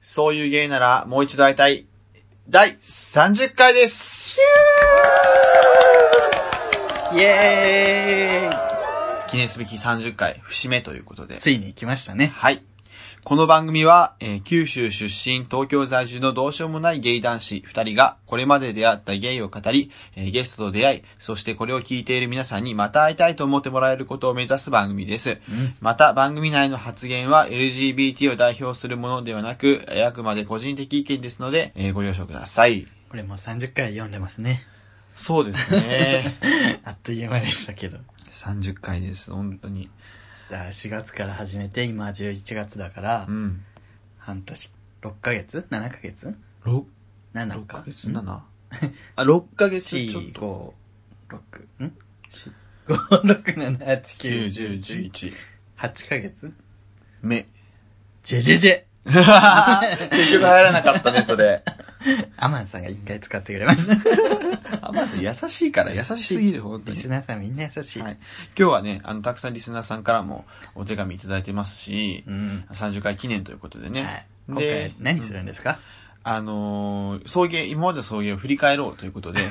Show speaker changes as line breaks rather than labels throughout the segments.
そういう芸ならもう一度会いたい。第30回です。
イエーイ
記念すべき30回、節目ということで。
ついに来ましたね。
はい。この番組は、えー九州出身、東京在住のどうしようもないゲイ男子2人が、これまで出会ったゲイを語り、えーゲストと出会い、そしてこれを聞いている皆さんにまた会いたいと思ってもらえることを目指す番組です。また、番組内の発言は LGBT を代表するものではなく、えーあくまで個人的意見ですので、えーご了承ください。
これもう30回読んでますね。
そうです ね。
あっという間でしたけど。
30回です、本当に。
だから4月から始めて、今11月だから
う、ん。
半年、6ヶ月 ?7 ヶ月
6,
7
6
か
ヶ。月 7? あ、6ヶ月ちょっ
4、
と。
5、6、ん ?4、5、6、7、8、9、10、11
9011。
8ヶ月
目。
ジェジェジェ
結局入らなかったね、そ れ。
アマンさんが一回使ってくれました。
アマンさん優しいから、優しすぎる、本当
リ
に。
スナーさんみんな優しい。
はい。今日はね、あの、たくさんリスナーさんからもお手紙いただいてますし
う、ん。
30回記念ということでね。
はい。今
で
回何するんですか、
あのー、送迎、今までの送迎を振り返ろうという ことで、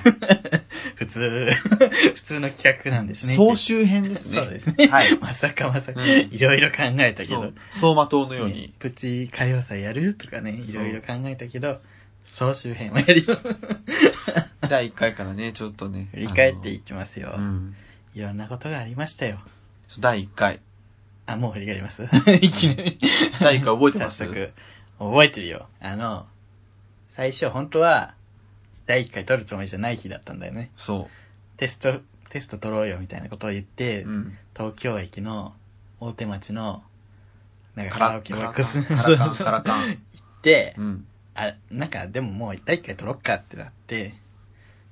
普通、 普通の企画なんですね。
総集編ですね。
そうですね。
はい。
まさかまさか、
うん
いろいろ考えたけ
そ
ど
う。。走馬灯のよう
ね
に。
プチ歌謡祭やるとかね、い
そう
ろいろ考えたけど、総集編をやり、振
第1回からね、ちょっとね。
り返っていきますよ
あの。うん。
いろんなことがありましたよ。
そう第1回。
あ、もう振り返ります いきなり。
第1回覚えてま
早
す
速。覚えてるよ。あの、最初本当は、第1回取るつもりじゃない日だったんだよね。
そ
テスト、テスト取ろうよみたいなことを言って、
う。うん。
東京駅の大手町の、なんか
カ
カラ
ラ
オケ
カ
ボッ
ラ
クス
カン、カ
そう
ラカン、
そ
カラ
う
カン。
で、
うん。
あ、なんかでももう第一回撮ろっかってなって、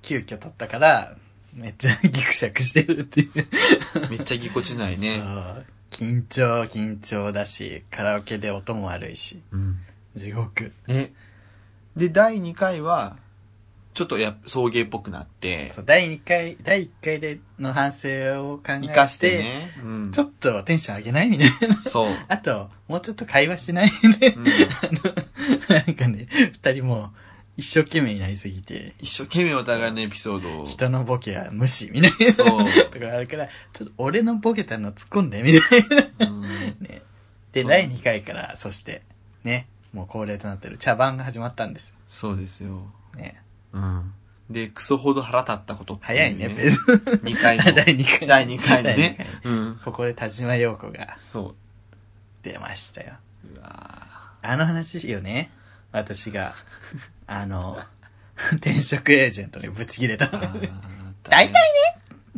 急遽撮ったから、めっちゃギクシャクしてるっていう。
めっちゃぎこちない
そ
ね。
う。緊張、緊張だし、カラオケで音も悪いし、
うん。
地獄。
ね。で、第2回は、ちょっとや、送迎っぽくなって、
そう、第2回、第1回での反省を考えて、
生かしてね。うん
ち。ょっとテンション上げないみたいな。
そう。
あと、もうちょっと会話しないで、
うん
なんかね、二人も一生懸命になりすぎて、
一生懸命お互いのエピソードを。
人のボケは無視みたいな。
そう
とかあるから、ちょっと俺のボケたの突っ込んでみたいな。
うん
ね。で、
そう
第2回から、そして、ね、もう恒例となってる茶番が始まったんです。
そうですよ。
ね。
うん。で、クソほど腹立ったことっていう。
早いね、ペー
別
ス。
2回の。
第2回。
第2回の
第二
ね
回。
うん。
ここで田島陽子が
そ
出ましたよ。
う。うわ
あの話よね。私が、あの、転職エージェントにブチ切れた。
ーあ
懐
ー
大体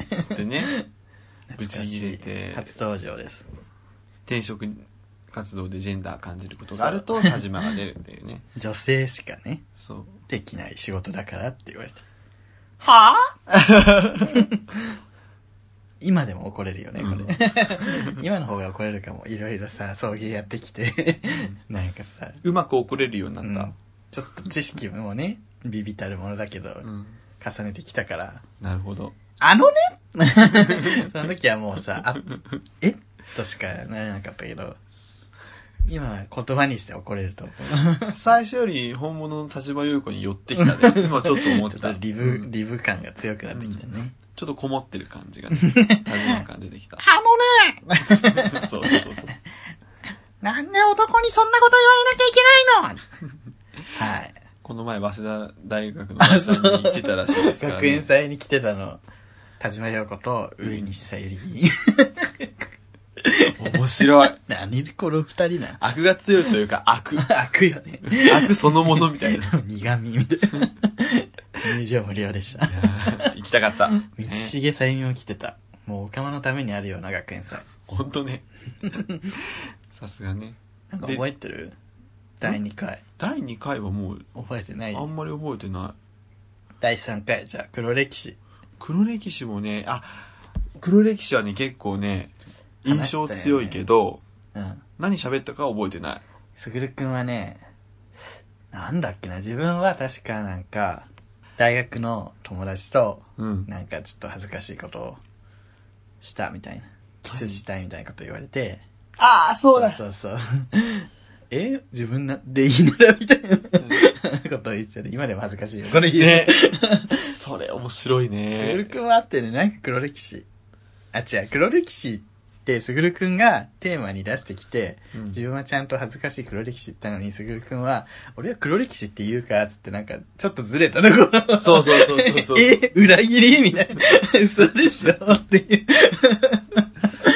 ねつってね、ブチ
かしい
切れて
初登場です。
転職活動でジェンダー感じることがあると、田島が出るっていうね。
女性しかね、
そう。
できない仕事だからって言われて。はぁ 今でも怒れるよね、これ。 今の方が怒れるかも。いろいろさ、送迎やってきて、なんかさ、
うまく怒れるようになっ
ちょっと知識もね、ビビたるものだけど、
た。うん。
重ねてきたから、
なるほど。
あのね その時はもうさ、あ、えとしかなれなかったけど、今は言葉にして怒れると思う。
最初より本物の立場優子に寄ってきたね。今ち ょっと思って。
ちょったとリ
う
ブ、
ん
リブ感が強くなってきたね。
ちょっとこもってる感じがね。立場感出てきた。
あのね
そうそうそうそう。
なんで男にそんなこと言われなきゃいけないのはい。
この前、早稲田大学の学校に来てたらしいですか ら、ね。
学園祭に来てたの、田島陽子と上西さゆり。
面白い。
何この二人な。
悪が強いというか、悪。
悪よね。
悪そのものみたいな。
苦味みたいな。入場無料でした。
行きたかった。
道重さゆみも来てた。もうお釜のためにあるような学園祭。
ほんと ね。さすがね。
なんか覚えてる第2回。
第2回はもう、
覚えてない
あんまり覚えてない。
第3回。じゃあ黒歴史。
黒歴史もね、あ、黒歴史はね、結構ね、印象
話したよ
強
ね
いけど、
うん。
何喋ったかは覚えてない。
すぐるくんはね、なんだっけな、自分は確かなんか、大学の友達と、
うん。
なんかちょっと恥ずかしいことをしたみたいな。キスしたいみたいなこと言われて。
ああ、そ
そうそうそう。 え自分な、でいいならみたいなことを言ってて、今でも恥ずかしいよ。これ言う。
ね。それ面白い
すぐる
ね。
くんはあってね、なんか黒歴史。あ、違う、黒歴史って、すぐるくんがテーマに出してきて、
うん
自分はちゃんと恥ずかしい黒歴史って言ったのに、すぐるくんは、俺は黒歴史って言うか、つってなんか、ちょっとずれたね、この
そうそうそうそうそう
え、裏切りみたいな。 嘘でしょっていう。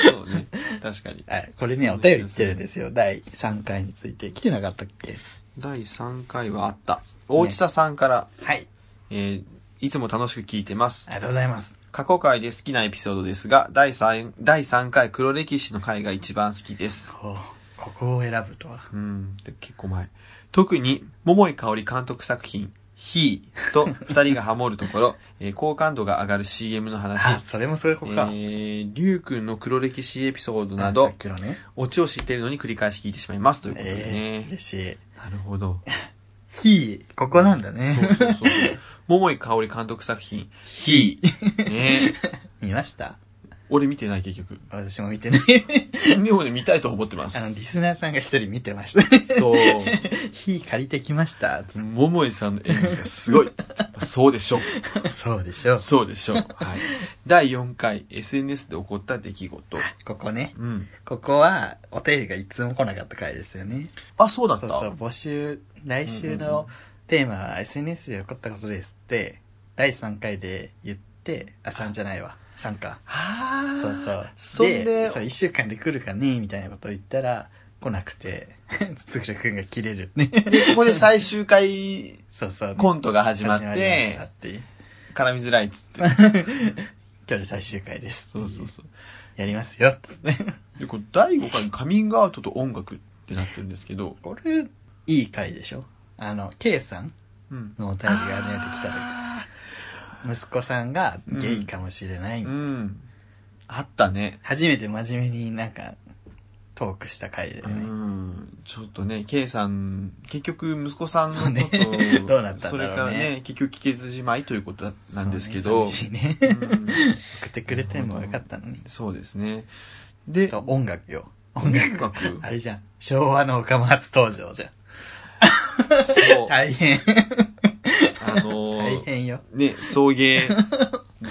そうね。確かに。
はい、これね、お便り来てるんですよ。第3回について。来てなかったっけ
第3回はあった。大地ささんから、
はい。
えーいつも楽しく聞いてます
あ。りがとうございます。
過去回で好きなエピソードですが、第3、第3回黒歴史の回が一番好きです。
こうここを選ぶとは。
うん、で結構前。特に、桃井香織監督作品、ヒーと二人がハモるところ、 えー好感度が上がる CM の
あ、
話、
それもそれ
え
こか。
ー、リュウくんの黒歴史エピソードな
さ
ど
っ、きのね。
オチを知っているのに繰り返し聞いてしまいますということで
えー、
ね。
嬉しい。
なるほど。
ひ、ここなんだ
そう
ね。
そうそうそう。桃井香織監督作品、ヒー。ね
見ました
俺見てない結 局。
私も見てない。
日本で見たいと思ってま
あの、リ
す。
スナーさんが一人見てま した。
そう。
ひ借りてきま した。つっ
桃井さんの演技がす ごい。そうでしょ。
てそうでしょ。
そうでしょう。はい。第4回、SNS で起こった出来事。
ここね。
うん。
ここは、お便りがいつも来なかった回ですよね。
あ、そうだった。
そうそう、募集、来週
うんうんうん
のテーマは SNS で起こったことですって、第3回で言って、あ、3じゃないわ。3か。
はあ。
そうそう。
そんで、
そう、1週間で来るかねみたいなことを言ったら、来なくて、 つぐるくんが切れる ね。
で、ここで最終 回、
そうそう。
コントが始まっ、
始まりましたってていう。
絡みづらいっつって。
今日で最終回です。
そうそうそう。
やりますよ。
で、これ第5回、カミングアウトと音楽ってなってるんですけど、
これ、いい回でしょあの、K さん
うん。
のお便りが初めて来た時、息子さんがゲイかもしれない。
うん。あったね。
初めて真面目になんか、トークした回だよ
う
ね。
ん。ちょっとね、K さん、結局息子さんのこと
そうね どうなったんだろうね
それからね、結局聞けずじまいということなんですけ
そ
ど
うね、寂しいね。
うん
送ってくれてもよかったのに。
そうですね。で、
と音楽よ。音楽。
音楽
あれじゃん。昭和のオカマ初登場じゃん。
そう。
大変。
あの
大
ー、
変よ。
ね、送迎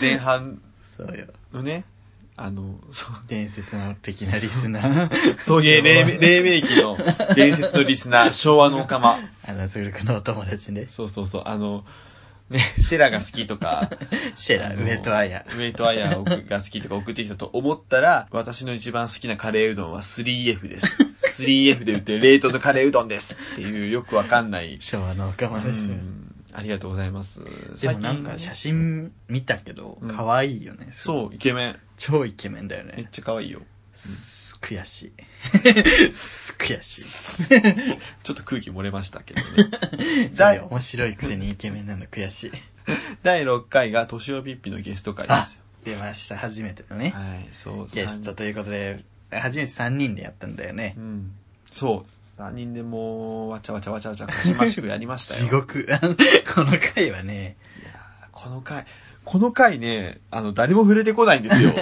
前半
そうよ。
のね、あの、そう
伝説の的なリスナー。
送迎黎明黎明期の伝説のリスナー、昭和のオカマ。
あの、すぐるくんのお友達ね。
そうそうそう、あの、ね、シェラが好きとか、
シェラ、
あの
上戸彩。
ウェイトアイアーが好きとか送ってきたと思ったら、私の一番好きなカレーうどんは 3F です。3F で売ってる冷凍のカレーうどんですっていうよくわかんない。
昭和のオカマ
う
です。
んありがとうございます。
でもなんか写真見たけど
う、ん
可愛いよね。う。
そう、イケメン。
超イケメンだよ
めっ
ね。
ちゃ可 愛いよ。
す悔しい。す悔 し
す
い。
ちょっと空気漏れましたけどね。
だ面白いくせにイケメンなの悔しい。
第6回が、年をピッピのゲスト会ですよ。
出ました、初めてのね。
はい、そう、
ゲスト
三
ということで、初めて3人でやったんだよね
人。。うん。そう、3人でもう、わちゃわちゃわちゃわちゃ、かしましくやりました
地
よ。
獄。 この回はね、
いやーこの回、この回ね、あの、誰も触れてこないんです よ。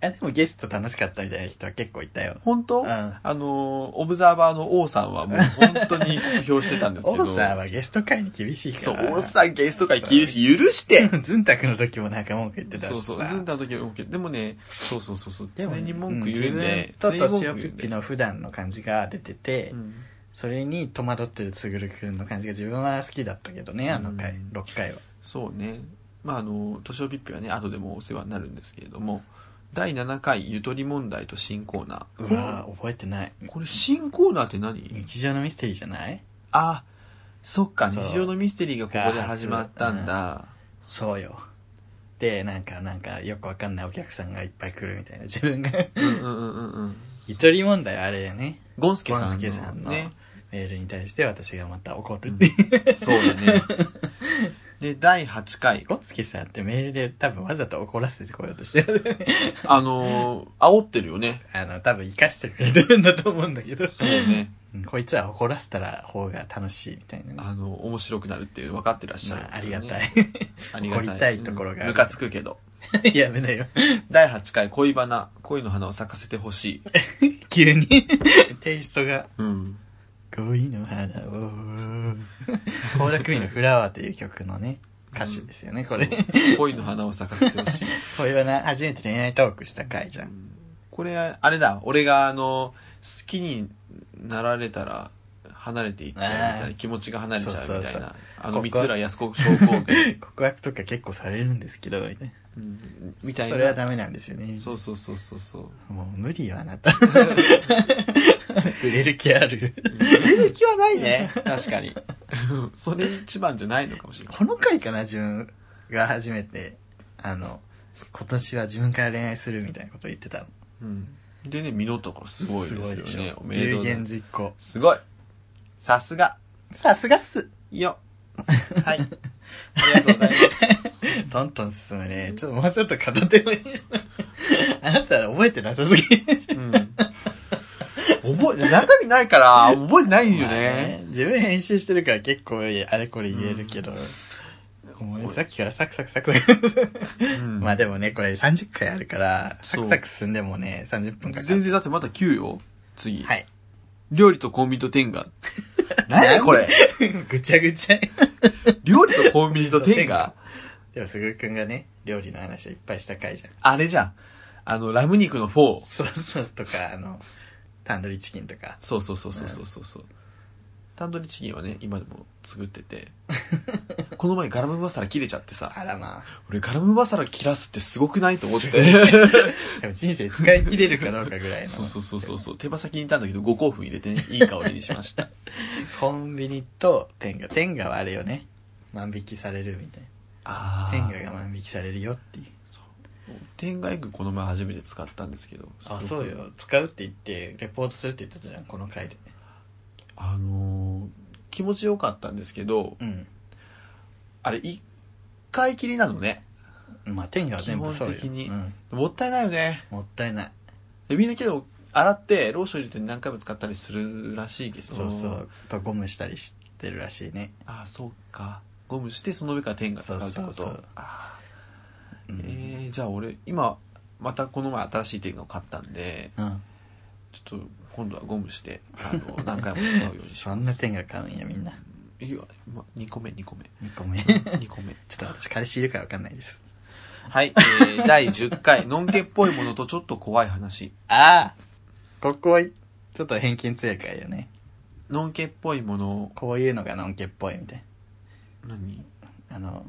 あ、でもゲスト楽しかったみたいな人は結構いたよ。
本当、
うん
あのー、オブザーバーの王さんはもう本当に酷評してたんですけ
オ
ど。
ーサーはゲスト会に厳しい
そ
か
う、
ら。
王 さんゲスト会厳しい。許して
ん。ズンタクの時もなんか文句言ってたし
そ
さ。
うそう。ずんだの時は OK。でもね、そうそうそうそう。
でも
常に文句言うんで、常に
自分と
文
年
句言
をピ
うん
ッピ
で。
の普段の感じが出てて、
うん
それに戸惑ってるつぐるくんの感じが自分は好きだったけどね、あの回、
うん
6回は。
そうね。まあ、あの、年をピッピはね、後でもお世話になるんですけれども、第7回、ゆとり問題と新コーナー。
うわぁ、覚えてない。
これ新コーナーって何
日常のミステリーじゃない
あ、そっか、
そう
日常のミステリーがここで始まったんだ。
そうよ。で、なんか、なんか、よくわかんないお客さんがいっぱい来るみたいな、自分が。
うんうんうんうんうん。
ゆとり問題はあれだよね。
ゴンスケさ
ゴンス
ん
ケ
の
さんの
ね。
メールに対して私がまた怒るっていう。
そうだ ね。で、第8回。
ゴンスケさんってメールで多分わざと怒らせてこようとしてる。
あのー、煽ってるよね。
あの、多分生かしてくれるんだと思うんだけど。
そうね。
うんこいつは怒らせたら方が楽しいみたいなね。
あの、面白くなるっていう分かってらっしゃる、
まあ、ありがたい。。
ありがたい。
怒りたいところが
う
ある
んムカつくけど。
やめなよ。
第8回、恋バナ。恋の花を咲かせてほしい。
急に テイストが
うん。
恋の花を。倖田來未のフラワーっていう曲のね、歌詞ですよね、これ。
そう恋の花を咲かせてほしい。
これはな、初めて恋愛トークした回じゃん。
これ、あれだ、俺があの、好きになられたら、離れていっちゃうみたい
あー
な、気持ちが離れちゃうみたいな。
そうそうそう
あ
こ
の、
こ
三浦安子症候群、
告白とか結構されるんですけど、みたいな。
うんみたいな。
それはダメなんですよね。
そうそうそうそうそう。
もう無理よ、あな た。売れる気ある。
出る気はないね。確かに。それ一番じゃないのかもしれない。
この回かな、自分が初めて、あの、今年は自分から恋愛するみたいなこと言ってたの。
うん、でね、見事からすごい
で
で
し
す
ょ
よね。おめでと
有
うござい
言
ます。
実行。
すごい。さすが。
さすがっす。
よ。はい。ありがとうございます。
トントン進むね。ちょっともうちょっと片手もいい。 あなた覚えてなさすぎ。
うん、覚え、中身ないから、覚えてないんよ
まあ
ね。
ね自分編集してるから結構あれこれ言えるけど。もうさっきからサクサクサクサク。
うん
まあでもね、これ30回あるから、サ
そう
クサク進んでもね、30分かか
全
る。
然だってまた9よ。次。
はい。
料理とコンビニと天下。 何やこれ。
ぐちゃぐちゃ。
料理とコンビニと天下。
でも、すぐるくんがね、料理の話をいっぱいした回じゃん。
あれじゃん。あの、ラム肉のフォー。
そうそうとか、あの、タンドリーチキンとか。
そうそうそうそうそうそうそう。タンドリーチキンはね、今でも作って て。この前ガラムマサラ切れちゃってさ、
あらまあ。
俺ガラムマサラ切らすってすごくないと思っ
すごい
て。
でも人生使い切れるかどうかぐらいの。
そうそうそうそうそう。手羽先にいたんだけど、ご興奮入れてね、いい香りにしま した。
コンビニと天下。天下はあれよね。万引きされるみたい
あ
な。
あ。
天下が万引きされるよっていう。
天外具この前初めて使ったんですけど。
あ、
すごく
そう。よ。使うって言って、レポートするって言ってたじゃん、この回で。
あのー気持ちよかったんですけど、
うん。
あれ、一回きりなのね。
まあ、天下は全部そうよ。
基本的に
うん。
もったいないよね。
もったいない。
でみんなけど、洗って、ローション入れて何回も使ったりするらしいけど。
そうそう。とゴムしたりしてるらしいね。
ああ、そうか。ゴムして、その上から天が使うってこと。
そうそうそう
あ
う
ー
ん。
えー、じゃあ俺、今、またこの前新しい天がを買ったんで、
うん
ちょっと今度はゴムして、あの、何回も使うようにし
そんな天下買うんや、みんな。
いや、ま、2個目、2個目。
2個 目。
2個目。
ちょっと私彼氏いるから分かんないです。
はい、えー、 第10回、のんけっぽいものとちょっと怖い話。
ああここは、ちょっと偏見強いからよね。
のんけっぽいもの、
こういうのがのんけっぽいみたい
何
な。あの、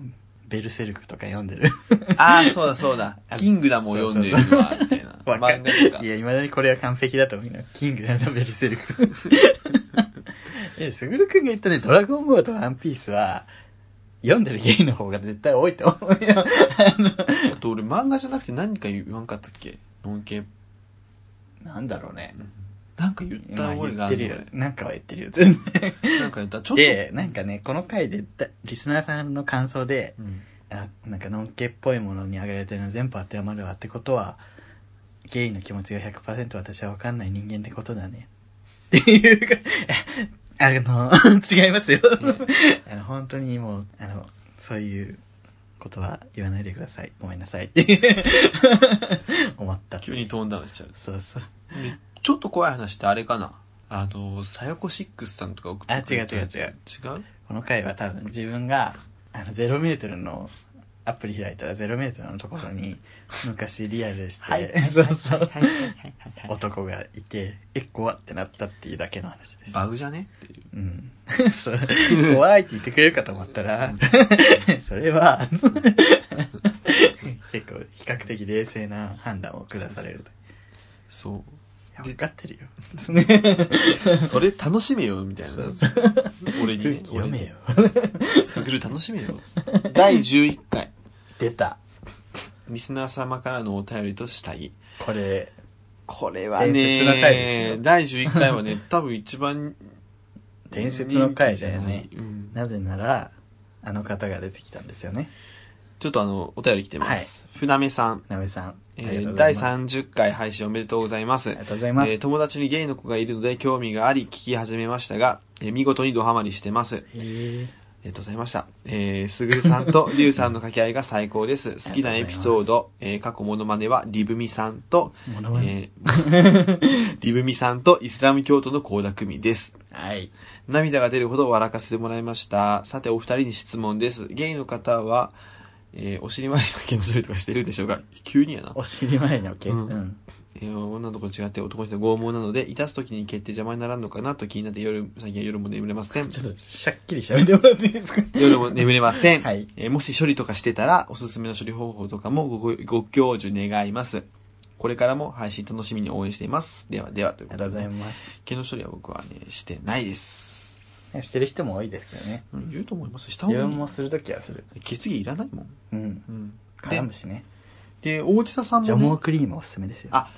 ベルセルクとか読んでる。
ああ、そうだそうだ
あ。の
キングダムを読んでるのは、みたいな。
わか
漫
ん
画とか
い。や、いまだにこれは完璧だと思うけど、キングダムのベルセ ルク。え、すぐるくんが言ったね、ドラゴンボールとワンピースは、読んでるゲイの方が絶対多いと思うよ。
あと俺漫画じゃなくて何か言わんかったっけのんけ、
なんだろうね。
なんか言った
まあ
覚え
言
が
っ
あ
て
る
る
の
よ
ね。
なんかは言ってるよ、全然。
なんか言った。ちょっと、
で、なんかね、この回でだ、リスナーさんの感想で、
うん
あなんかのんけっぽいものに挙げられてるの全部当てはまるわってことはゲイの気持ちが100%私は分かんない人間ってことだねっていうか あの違いますよあの本当にもうあのそういうことは言わないでくださいごめんなさい っていう思った
急にトーンダウンしちゃう。
そうそう
でちょっと怖い話ってあれかなあの、さよこシックスさんとか送ってくれたやつ
あ違う
違う
この回は多分自分があの0メートルのアプリ開いたら0メートルのところに昔リアルして そうそう
はいはいはいはいはい
男がいて、え、怖ってなったっていうだけの話です。
バグじゃねっていう。
うん。 そう怖いって言ってくれるかと思ったら、 それは、結構比較的冷静な判断を下されると。い
そ
や、
で
分かってるよ。
う。それ楽しめよ、みたいな。
そうそう。
俺に
空
ね
気。 読めよ。
俺に。すぐる楽しめよ。第11回。
出た。
リスナー様からのお便りと下着。
これ、
これはね、
伝説の回ですよ
第11回はね、 多分一番
伝説の回だよね
人気。じゃないうん
なぜなら、あの方が出てきたんですよね。
ちょっとあの、お便り来てます。船目さん。
なべさん。あ
え
りがとう
ー
ござ
第
います。
30回配信おめでとうございます。
ありがとうございます。
えー友達にゲイの子がいるので興味があり聞き始めましたが、えー見事にドハマりしてます。
へー
ありがとうございました。えー、すぐるさんとりゅうさんの掛け合いが最高です。好きなエピソード、えー、過去モノマネはリブミさんと、
モノマ
え
ネ。
ー リブミさんとイスラム教徒の高田久美です。
はい。
涙が出るほど笑かせてもらいました。さて、お二人に質問です。ゲイの方は、えーお尻周りの毛の処理とかしてるんでしょうか急にやな。
お尻前の毛。
う
うんん。
えー女の子と違って男の人の剛毛なので、いたす時に毛って邪魔にならんのかなと気になって夜、最近は夜も眠れません。
ちょっと、しゃっきり喋ってもらっていいですか
夜も眠れません。
はい
えーもし処理とかしてたら、おすすめの処理方法とかもごご教授願います。これからも配信楽しみに応援しています。ではでは、という
あ
こ
りがとう
と
ござい
で。
ます。
毛の処理は僕はね、してないです。
してる人も多いですけどね。
うん、言うと思います。した方
自
がい
分
い
もするときはする。
血液いらないもん。
うん。
うん。
絡むしね。
で、で大地ささんも、
除
ね
毛、クリームおすすめですよ。
あ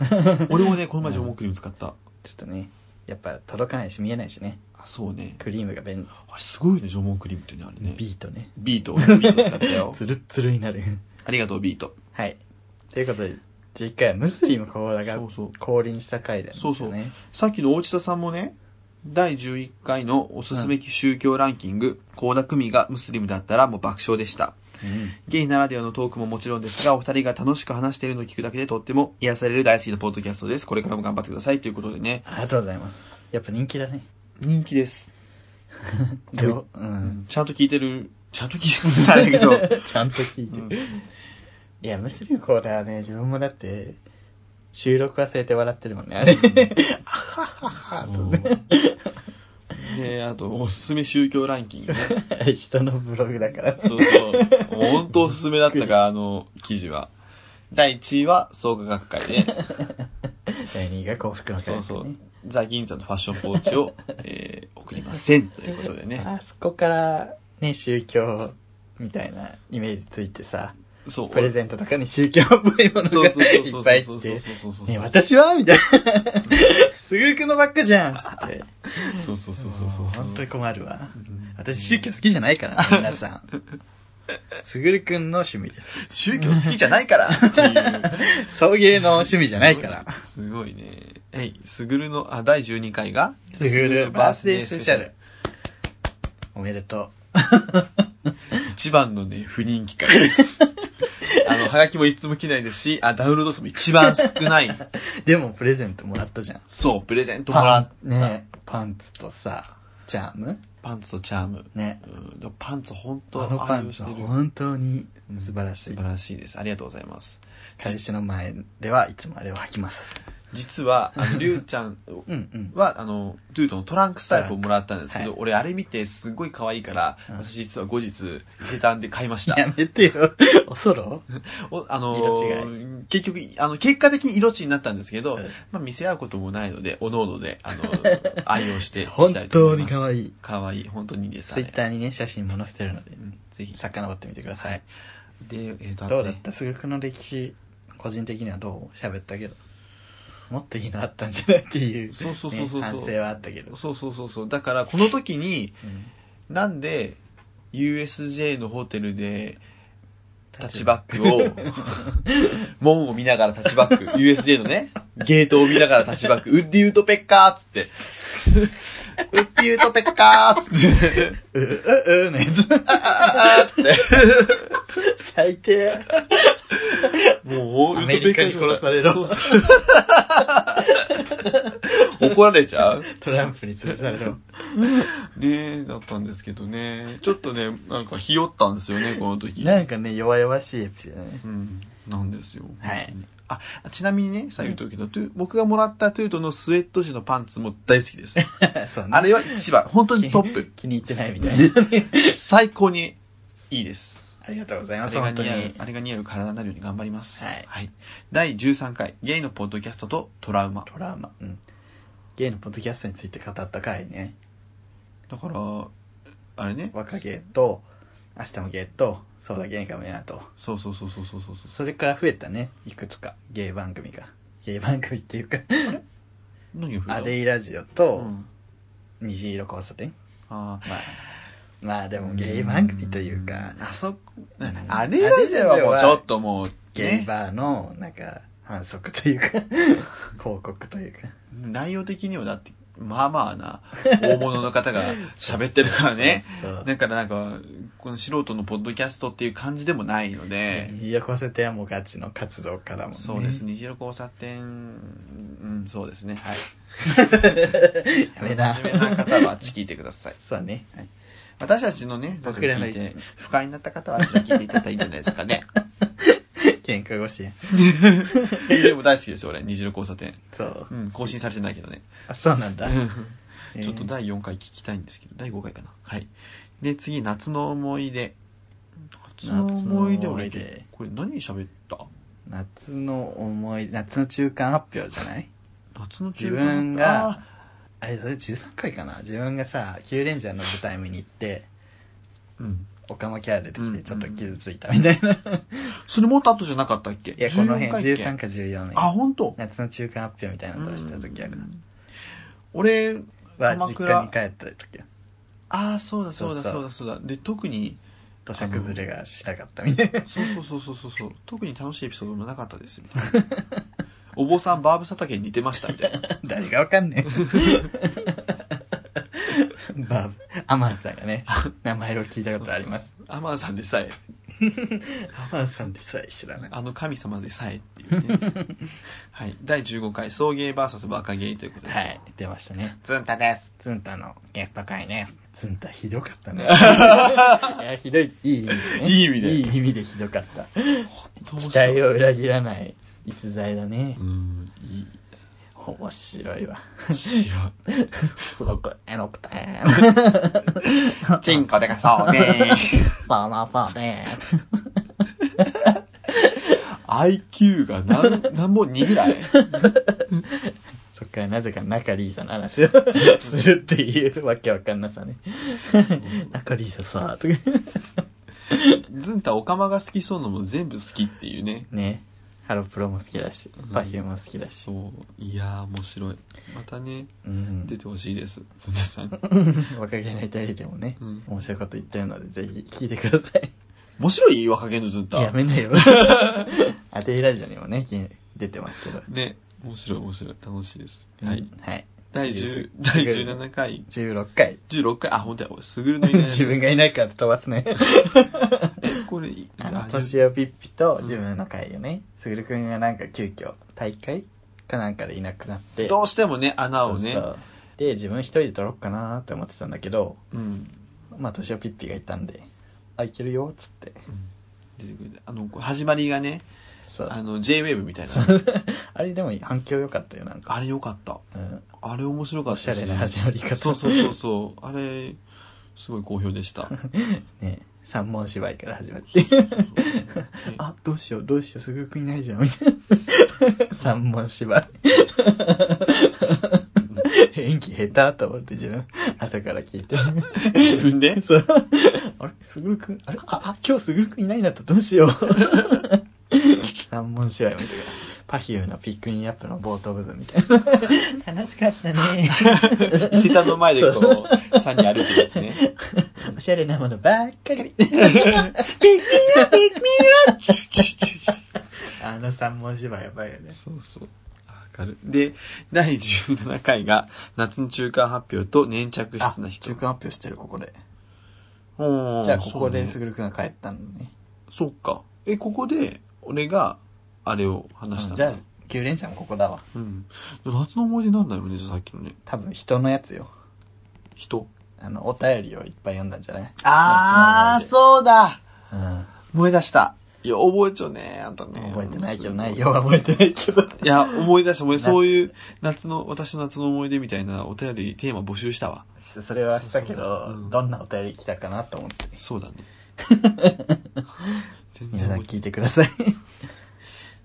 俺もね、この前、ジョモクリーム使った。
ちょっとね、やっぱ届かないし見えないしね。
あ、そうね。
クリームが便
あれ、すごいよね、ジョモクリームってね、あれ
利。
ね。
ビートね。
ビート、ビート使った よ。
つるっつるに なる。
ありがとう、ビート。
はい。ということで、次回はムスリムコーラが
そうそう
降臨した回なんですよね。
そうそうさっきの大地田さんもね、第11回のおすすめ宗教ランキング、高田組がムスリムだったらもう爆笑でした。
うん
ゲイならではのトークももちろんですが、お二人が楽しく話しているのを聞くだけでとっても癒される大好きなポッドキャストです。これからも頑張ってください。ということでね、
ありがとうございます。やっぱ人気だね。
人気です。
でもうん。
ちゃんと聞いてる、ちゃんと聞いてるさだけど、
ちゃんと聞いてる。いや、ムスリムコーラはね、自分もだって、収録忘れて笑ってるもんね、あれ。あはははとね。
そう。で、あと、おすすめ宗教ランキングね。
人のブログだから。
そうそう。もう本当おすすめだったから、あの記事は。第1位は創価学会で、
第2位が幸福の会、
そ
ね。
うそう。ザ・銀座のファッションポーチ を、えー送りません。ということでね。
あそこから、ね、宗教みたいなイメージついてさ、
そう。
プレゼントとかに宗教っぽいもの
そ
が
う
い
そうそうそう
っぱい
そう
来
そう
て、
そうそうそう
ね、私はみたいな。すぐるくんのばっかじゃんつって。
そうそうそうそうそうそう
本当に困るわ。私宗教好きじゃないからね、皆さん。すぐるくんの趣味です。
宗教好きじゃない からっていう。
送迎の趣味じゃないから。
すごいね。えい、すぐるの、あ、第12回が、
すぐるバースデースペシャル。。おめでとう。
一番のね、不人気回 です。あの、はがきもいつも来ないですし、あ、ダウンロード数も一番少ない。
でもプレゼントもらったじゃん。
そう、プレゼントもらった。
パンねパンツとさ、チャーム
パンツとチャーム。
ね。
うん、でもパンツ本
あ
当
のパンツは
愛用してる
本当に素晴らし
素
い
晴。らしいです。ありがとうございます。
彼氏の前ではいつもあれを履きます。
実は、 あの、りゅうちゃん
うんうん。
は、あの、トゥートのトランクスタイプをもらったんですけど、
は
俺あれ見てすごい可愛いから、
うん
私実は後日、伊勢丹で買いました。
やめてよ。おそろ
おあの
色
結局、あの、結果的に色地になったんですけど、
うん
まあ見せ合うこともないので、おのおので、あ の、愛用していき
本
たいと思
当
いま
に
す。
可
い。
愛い。
可愛い、本当にいいです。
ツイッターにね、写真も載せてるので
ー、うん、ぜひ。
遡ってみてください。
で、えっ、と、あ
ど
と
うだっ
ね、
たすぐくの歴史、個人的にはどう喋ったけど。もっといいのあったんじゃないっていう。
そうそうそうそうそう
ね反省はあったけど。
そうそうそうそう。だから、この時に、
うん
なんで USJ のホテルでタッチバックを、門を見ながらタッチバック、USJ のね、ゲートを見ながらタッチバック、ウッディウッドペッカーっつって、ウッディウッドペッカーっつって、
う、う、うのやつ。
あーっつって、
最低。
もう、
アメリカに殺されろ
そうそう。怒られちゃう
トランプに潰される。
ねえ、だったんですけどね。ちょっとね、なんかひよったんですよね、この時。
なんかね、弱々しいエピソードだね。
うん、なんですよ。
はい。
あ、ちなみにね、さ、言うとくけど、トゥ僕がもらったトゥートのスウェット地のパンツも大好きです。
そうね
あれは一番、本当にトッ プ。
気に入ってないみたいな。
最高にいいです。
ありがとうござい
あ
ます。
れが
本当
似合う
に、。
あれが似合う体になるように頑張ります。
はい
第13回、ゲイのポッドキャストとトラウマ。
トラウマ。うん。ゲイのポッドキャストについて語った回ね。
だから、あれね。
若ゲイと、明日もゲイと、そうだゲイかもやなと。
そうそうそうそうそうそうそ
それから増えたね。いくつか。ゲイ番組が。ゲイ番組っていうか、
う。何を振
アデ
イ
イラジオと、虹色交差点。
あー
まあ、 まあでもゲイ番組というか、
あそこ、
うん
アデイラジオはもうちょっともう、
ゲイ
ね、
バ ーの、なんか、反則というか、広告というか。
内容的にはだって、まあまあな、大物の方 が喋ってるからね。
そうそうそう
だからなんか、この素人のポッドキャストっていう感じでもないので、
虹色交差点はもうガチの活動家だもんね。
そうです。。虹色交差点、うん、そうですね。はい。
やめな
真。面目な方はあっち聞いてください。
そうね。
私たちのね、ラジオ聞いて、不快になった方はあっちに聞いていただいたらいいんじゃないですかね。
喧嘩腰や。
でも大好きですよ、俺。虹色交差点。
そう。
うん、更新されてないけどね。
あ、そうなんだ。
ちょっと第4回聞きたいんですけど、第5回かな。はい。で、次、夏の思い出。夏の思い出、俺、
夏の思い出
これ何喋った
夏の思い、夏の中間発表じゃない
夏の中
自
間
分が、あれ、それ13回かな自分がさ、キューレンジャーの舞台見に行って、
うん。
オカマキャラ出てき
うんう
て
ん
ちょっと傷ついたみたい な。い
それもっと後じゃなかったっけ
や、この辺
14回
13
っけ
か14
あ、
の
本当。
夏の中間発表みたいなのをした時やか
うん俺、
ら。は、
鎌
実
倉
家に帰った時よ。
ああ、そうだそうだ
そ
そ
うそ
う
う
だそうだ。で、特に、
土砂崩れがしなかったみたいな。
そうそうそうそうそう そう、特に楽しいエピソードもなかったです。みた いなお坊さん、バーブ佐竹に似てました、みたいな。
誰がわかんねえ。 バブ、アマンさんがね、名前を聞いたことあります。
アマンさんでさえ、
アマンさんでさえ知らない。
あの神様でさえって いうね。はい。第15回、送迎 VS バカゲイということで。
はい、出ましたね。
ズンタです。
ツンタのゲスト会ね。ツンタひどか ったね。いや、ひどい、いい意味で、ね。
いい意味で
いい意味でひどかった。
どう
期
しよ
待を裏切らない逸材だね
う。。うん、いい。
面白いわ。
白い。
すごくエロくて。そ
チンコでかそう ね。
うなそう ね。
IQ がなん、なんぼ2ぐらい
そっからなぜか仲リーサの話を するっていうわけわかんなさね。仲リーサさ、とか。
ズンタ、オカマが好きそうのも全部好きっていうね。
ね。ハロプロも好きだし、
ん
パフュームも好きだし。
そう。いやー、面白い。またね、
うん。
出てほしいです。ズンタさん。
若気ないたりでもね、
うん
面白いこと言ってるので、ぜひ聞いてください。
面白い若気のズンタ。
やめ なよ。アテイラジオにもね、き出てますけど。
ね。面白い、面白い。楽しいです。は
う
い
ん。。はい。
第10、第17回、
16回。
16回、あ、本当や、俺、すぐるのいないやつ
自分がいないから飛ばすね。
え、これ、い
あの、
じゃあ
としおぴっぴと自分の回よね。すぐるくんがなんか急遽、大会かなんかでいなくなって。
どうしてもね、穴をね。
そうそうで、自分一人で撮ろうかなーって思ってたんだけど、
うん。
まあ、としおぴっぴがいたんで、あ、いけるよっつって。
出てくる。あの、こう始まりがね、
そう。
あの、J-Wave みたいな
そう。 あれでも反響良かったよ、なんか。
あれよかった。
うん。
あれ面白か
お
っ
しゃ
た
れな始まり方。
そうそうそうそう。あれ、すごい好評でした。
ね三文芝居から始まって。
ね
あ、どうしよう、どうしよう、すぐくんいないじゃん、みたい な。三文芝居。演技下手と思って自分、後から聞い て。
自分で
そう。あれ、すぐるくん、あれ、あ、あ今日すぐるくんいないんだった、どう しよう。三文芝居みたいな。パヒューのピックインアップの冒頭部分みたいな。楽しかった ね。
伊勢丹の前でこう、3人歩いてるやつね。
おしゃれなものばっかり。
ピッミアピッミ
あの三文芝居やばいよね。
そうそう。わかる。で、第17回が、夏の中間発表と粘着
あ、
質な人
中。間発表してる、ここで。
うん
じゃあ、ここで
そ
す
うね
ぐるくんが帰ったのね。
そうか。え、ここで、俺が、あれを話した
うん
の
じゃあ、9連チャンもここだわ。
うん。夏の思い出なんだよね、じゃあさっきのね。
多分人のやつよ。
人。
あの、お便りをいっぱい読んだんじゃない
あー、
夏の
そうだ
思い
思い出した。いや、覚えちゃうね、あんた
出う
ね。
ん。覚えてないけど、
すご
内容は覚えてないけど。
いや、思い出した、思い出した
な
そういう、夏の、私の夏の思い出みたいなお便り、テーマ募集したわ。
それはした
そ
け
うそう
ど
う、ん
どんなお便り来たかなと思って。
そう だね。全
皆
然
さ
覚
ん
えて
聞いてください。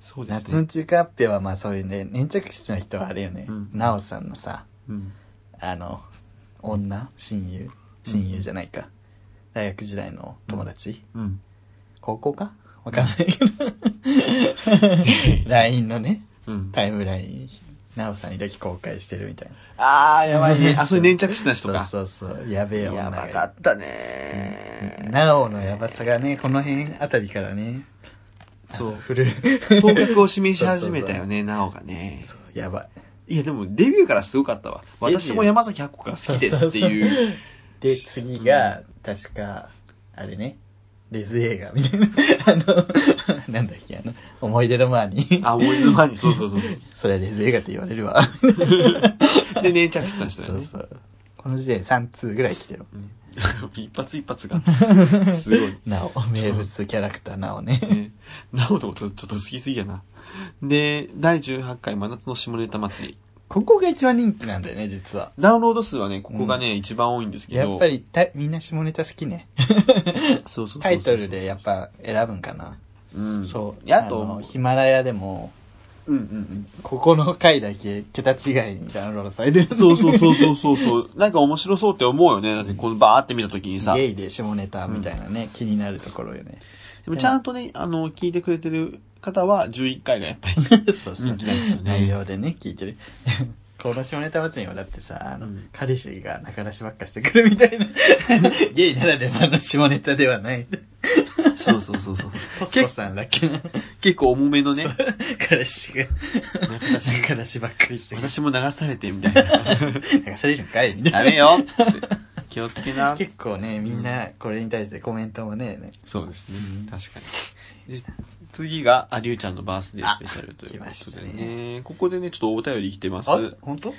そうです
夏
ね。
の中華発表はまあそういうね、粘着質な人はあれよね
うん。
なおさんのさ、
うん。
あの、女親友親友じゃないか。大学時代の友達
うん。
高校かわかんない けど。LINE のね、
うん。
タイムライン、なおさんにだけ公開してるみたいな。
あー、やばいね。あ、それ粘着質な人か。
そうそうそう、やべえ
や
女が
ば
いる
かったね。
なおのやばさがね、この辺あたりからね、
そう
古い。
頭角を示し始めたよね、なおがね。
そう、やばい。
いや、でもデビューからすごかったわ。
デビュー
私も山崎箱が好きですっていう。
で、次が、確か、あれね、レズ映画みたいな。あの、なんだっけ、あの、思い出の前に。
あ、思い出の前に、そうそうそうそう。
それはレズ映画って言われるわ。
で、粘着してた人だ
そ
よ
う
ね。
そう。この時点で3通ぐらい来てる。
一発一発が、 すごい。
なお、名物キャラクターなおね。
ねなおのことちょっと好きすぎやな。で、第18回真夏の下ネタ祭り。
ここが一番人気なんだよね、実は。
ダウンロード数はね、ここがね、一番多いんですけど。
やっぱりた、みんな下ネタ好きね。
そうそうそうそう
タイトルでやっぱ選ぶんかな。
うん、
そう。
やと
あ
思
の
う。
ヒマラヤでも、
うんうん
ここの回だけ桁違いにダウンロードされる。
うん。そうそうそうそうそうそう。なんか面白そうって思うよね。だってこのバーって見た時にさ。
ゲ
で
イで下ネタみたいなね、気になるところよね。
もちゃんとね、あの、聞いてくれてる方は11回がやっぱり。
そうそう
人気なんですよ。ね
内容でね、聞いてる。 この下ネタ祭りもだってさ、あの、
うん
彼氏が仲出しばっかしてくるみたいな、 ゲイならではの下ネタではない。
そうそうそうそう。
ポスコさんだっけな
結構重めのね
そ、う彼氏が
仲出し
仲出しばっかりしてくる。
私も流されてみたいな。
流されるんかいみたいな
ダメよっつって。気をつけな。
結構ね、みんなこれに対してコメントもね、
そうですね。確かに。
で
次が、ありゅうちゃんのバースデースペシャルというこ
あ来まし
と
た
でね。
ね
ここでね、ちょっとお便り来てます。
あ、本当？うん。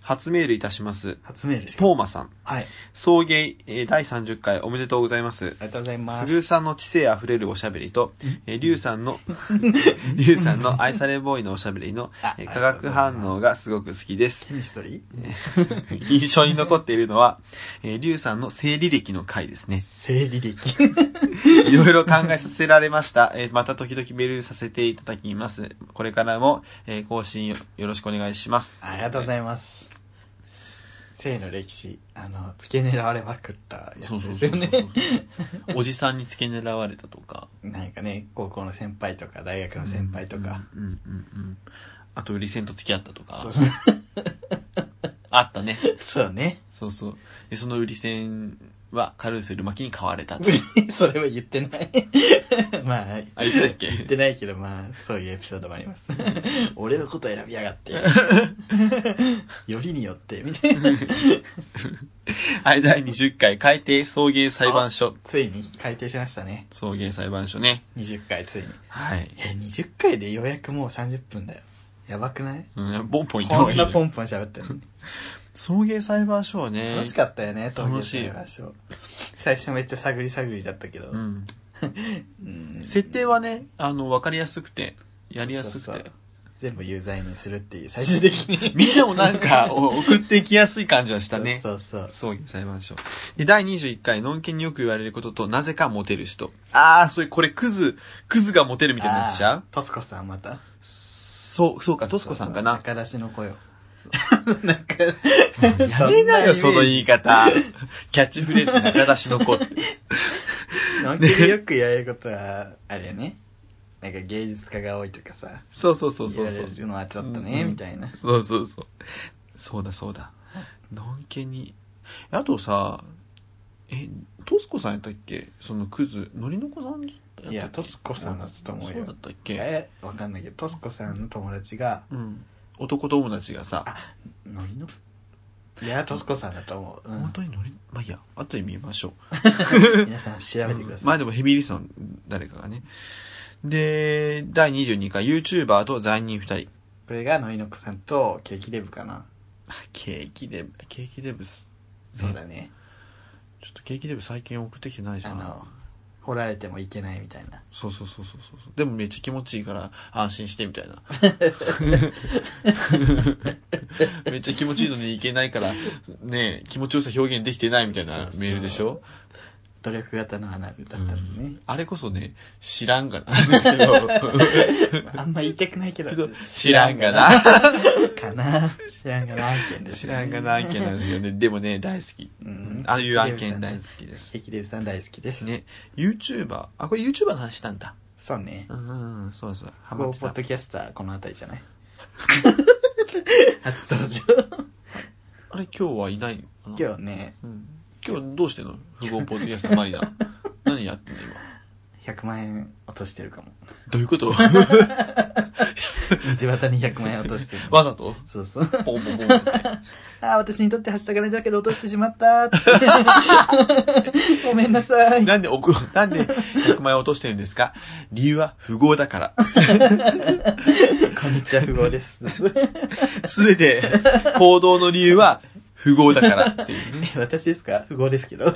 初メールいたします。
初メールしか。
トーマさん。
はい。
送迎、えー第30回おめでとうございます。
ありがとうございますす。
ぐさんの知性あふれるおしゃべりと、えー、りゅうさんの、 りゅうさんの愛されボーイのおしゃべりの、
あ
えー化学反応がすごく好き です。
ケミストリー
印象に残っているのは、えー、りゅうさんの生理歴の回ですね。
生理歴。
いろいろ考えさせられました。えーまた時々メールさせていただきます。これからも、えー更新よよろしくお願いします。
ありがとうございます。性の歴史、あの、付け狙われまくったやつですよね。
おじさんに付け狙われたとか。
なんかね、高校の先輩とか、大学の先輩とか。
うんうんうん。あと、リセンと付き合ったとか。
そうそう
あったね。
そうね。
そうそう。で、その売り線はカルーセル巻きに買われたって。
それは言ってない。 まあ、
あ、言ってたっけ
言ってないけど、まあ、そういうエピソードもあり ます。俺のこと選びやが って。よりによって、みた いな。
はい、第20回、改定送迎裁判所。
ついに改定しましたね。
送迎裁判所ね。
20回、ついに。
はい。
え、20回でようやくもう30分だよ。やばくない
うん、ポンポン行った方
こ
が
ん
いい
なポ
ね。
ンポン喋ってるのに。
送迎裁判所はね。
楽しかったよね、
楽しい
東京の話を最初めっちゃ探り探りだったけど。
うん。
うん
設定はね、あの、わかりやすくて、やりやすくて。
そうそう全部有罪にするっていう、最終的に。
みんなもなんか、お送ってきやすい感じはしたね。
そうそう。
そういう裁判所。で、第21回、のんけによく言われることと、なぜかモテる人。あー、それ、これ、クズ、クズがモテるみたいなやつじゃ
あ
ん
ートスコさんまた。
そう、そうか、トスコさんかな。
そうそう中出しの 声を。なん か、
やめなよ、その
い。
言い方。 キャッチフレーズ、中出しの子って。
なんかよく言われることは、あれね。なんか芸術家が多いとかさ。
そうそうそうそうそ
言
う
われ。るのはちょっとね、
うんうん
みたいな。
そうそうそう。そうだそうだ。のんけに。あとさ、え、トスコさんやったっけそのクズ、のりのこさんやったっけ
いやトスコさんだったと思うよ
そうだったっけ
え、わかんないけど、トスコさんの友達が、
うん。男友達がさ、
のりのいや、トスコさんだと思う。うん
本当にのり、まあ、いいや、後で見ましょう。
皆さん調べてくだ
ま
さい。
あでもヘビーリスナーの誰かがね。で、第22回、YouTuber と罪人2人。
これがノイノコさんとケーキデブかな。
あケーキデブ、ケーキデブス。
そうだね。
ちょっとケーキデブ最近送ってきてないじゃ
あ
ん。
の、掘られてもいけないみたいな。
そうそうそうそうそう。でもめっちゃ気持ちいいから安心してみたい な。めっちゃ気持ちいいのにいけないから、ねえ気持ちよさ表現できてないみたいな
そうそう
メールでしょ
努力型の花火だったのね。
あれこそね、知らんがなん ですけど。
あんま言いたくないけ
けど
ど、
知らんがな。
かな。知らんがな案件です
知
ね、
らんがな案件なんですけどね。でもね、大好き。
うん
ああいう案件大好きです。
ケーキデブさん大好きです。
ね、YouTuber。あ、これ YouTuber の話したんだ。
そうね。
うんうんうん、そうそう。ハマ
ここ
って
ポッ
た。
ドキャスター、この辺りじ ゃない初登場。
あれ今日はいないのかな
今日ね、
う ん今日どうしてんの不合ポッドキャストマリナ。何やってんの今。
い100万円落としてるかも。
どういうこと
道端に100万円落としてる。
わざと
そうそう。
ポンポンポンって。
ああ、私にとってはした金だけど落としてしまった って。ごめんなさい。
なんで億、なんで100万円落としてるんですか理由は富豪だから。
こんにちは、不合です。
すべて行動の理由は富豪だからっていうね。
え私ですか不合ですけ ど。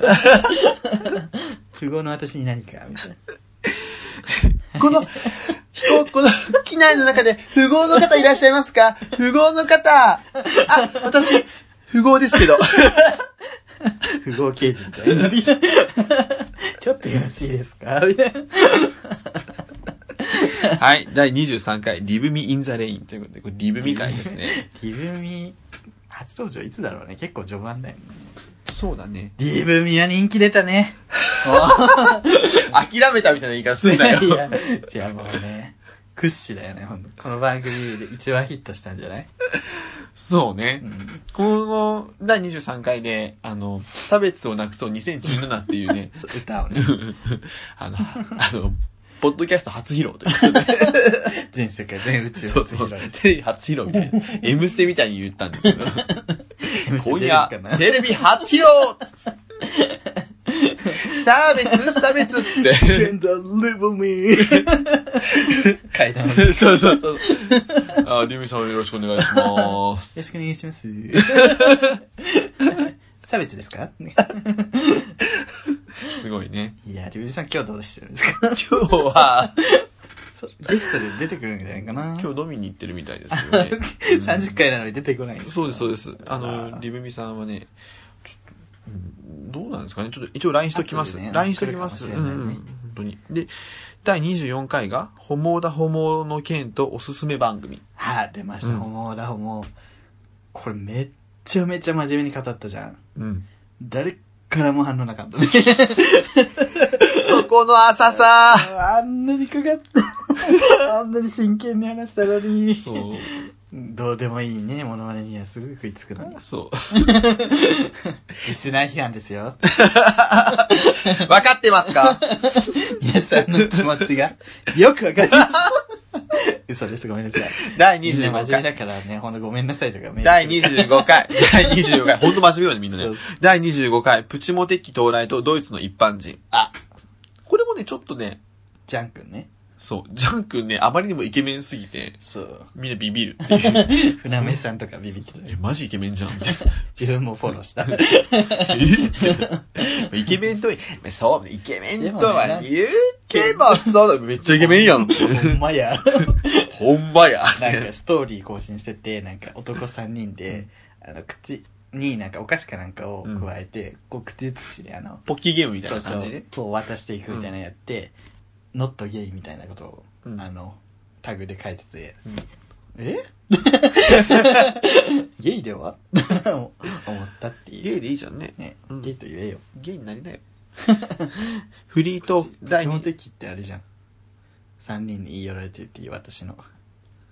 不合の私に何かみたいな。
この、飛行、この機内の中で富豪の方いらっしゃいますか富豪の方あ、私、富豪ですけど。
不合刑事みたいな。 ちょっとよろしいです かみたいな。
はい。第23回、リブミ・イン・ザ・レインということで、これリブミ会ですね。
リブミ、初登場いつだろうね結構序盤だよね。
そうだね。
リブミは人気出たね。
諦めたみたいな言い方すんなよ。
いや、いやもうね。屈指だよね、ほんと。この番組で一番ヒットしたんじゃない
そうね。
うん。
この第23回で、あの、差別をなくそう2017っていう ね、
そう歌をね、
あの、あの、ポッドキャスト初披露という ことで、
全世界、全宇宙
そう
を
そう
広げて。
テレビ初披露みたいな、M ステみたいに言ったんです けど、今夜
出るかな、
テレビ初披露 差別差別っつっ
Gender live me! 階段を。よ
て。 そうそうそう。あ、リュウミさんよろしくお願いし ます。
ろしくお願いします。差別ですか
すごいね。
いや、リュウジさん今日どうしてるんですか
今日は、
そうゲストで出てくるんじゃないかな
今日飲みに行ってるみたいですけどね。
30回なのに出てこないんですか
そうです、そうです。あの、
ー
リブミさんはね、ちょっとうん、どうなんですかね。ちょっと一応 LINE しときます。
後でね
LINE しときます。
来
う
る
ん
かも
う
しれないね
ん、本当に。で、第24回が、ホモだホモの件とおすすめ番組。
はい、出まし
う
た。
ん
ホモだ、ホモ。これめっちゃめちゃ真面目に語ったじゃん。
うん。
誰からも反応なかったね。
そこの浅さ
あんなにかかった。あんなに真剣に話したのに。
そう。
どうでもいいね、モノマネにはすぐ食いつくのに。
そ
リスナー批判ですよ。
う。わかってますか
皆さんの気持ちがよくわかります。 嘘です、ごめんなさい。
第
みんな
25
真面目
回。
だからね、ほんとごめんなさいとかメール
第25回。 第25回。ほんと真面目よね、みんな
そう
ね
そ。
第25回、プチモテ期到来とドイツの一般人。
あ、
これもね、ちょっとね、
ジャン君ね。
そう、ジャン君ね、あまりにもイケメンすぎて、
そう。
みんなビビるっていう。
船目さんとかビビってた。
え、マジイケメンじゃんみたい
自分もフォロ ーした。
な。えイケメンとは、そう、イケメンと
で
は
もね
言うけど、そうだ、めっちゃイケメンやん。
ほんまや。
ほんまや。
なんかストーリー更新してて、なんか男3人で、あの、口になんかお菓子かなんかを加えて、こう口移しであの、
ポッキーゲームみたい
そう
な
そ
感
う
じで。、
こう渡していくみたいなのやって、ノットゲイみたいなことを、
うん
あの、タグで書いてて、
うん
えゲイでは 思ったっていう。
ゲイでいいじゃんね。
ね、
うん
ゲイと言えよ。
ゲイになり なよ。フリートーク
基
第
本
2。
的ってあれじゃん。3人に言い寄られてるっていう私の。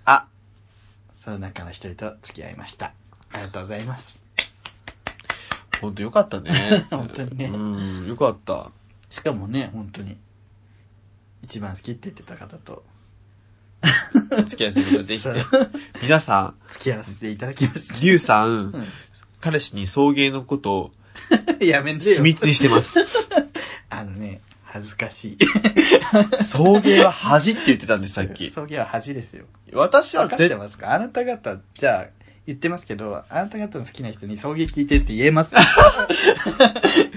あ、
その中の一人と付き合いました。ありがとうございます。。
ほんとよかった ね
本当にね
うん、よかった。
しかもね、本当に、一番好きって言ってた方と
お付き合いすることができて
そう。
皆さ
付き合わせていただきま
ん、
し
リュウさん、
うん
彼氏に送迎のことを
た。 やめんでよ
秘。密にして ます。
あのね、恥ずかしい。
送迎は恥って言ってたんです、さっき。
葬儀は恥ですよ。
私は
分かって
絶
ますかあなた方、じゃあ、言ってますけど、あなた方の好きな人に送迎聞いてるって言 えます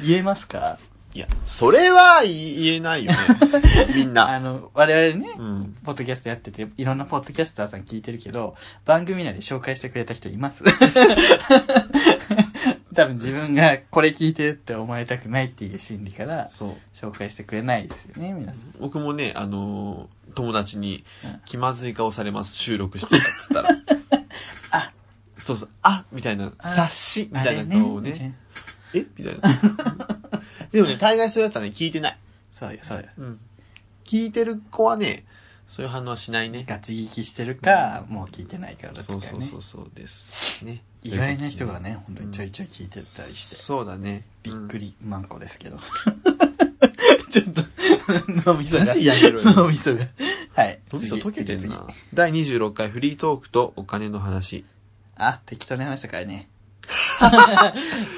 言えますか
いや、それは言えないよ ね。みんな。
あの、我々ね、
うん。
ポッドキャストやってて、いろんなポッドキャスターさん聞いてるけど、番組内で紹介してくれた人います 多分自分がこれ聞いてるって思いたくないっていう心理から、
そう。
紹介してくれないですよね、皆さん。
僕もね、あのー友達に
うん、
気まずい顔されます、収録してたっつったら。
あ、
そうそう、あみたいな、
あ
察しみたいな顔をね、
あれね
えみたいな。 でもね、大概そういうやつはね、聞いてない。
そうよ、そうよ。
うん。聞いてる子はね、そういう反応はしないね。
ガチ聞きしてるか、もう聞いてないから、どっち
そ
かね
う。そうそうそうです。ね。
意外な人がね、本当にちょいちょい聞いてたりして、
そうだね。
びっ
うん
くりマンコですけど。ちょっと、脳みそが。
マジやめろよ
脳みそが。はい。
脳みそ溶けてん
次
な。。第26回フリートークとお金の話。
あ、適当に話したか らね。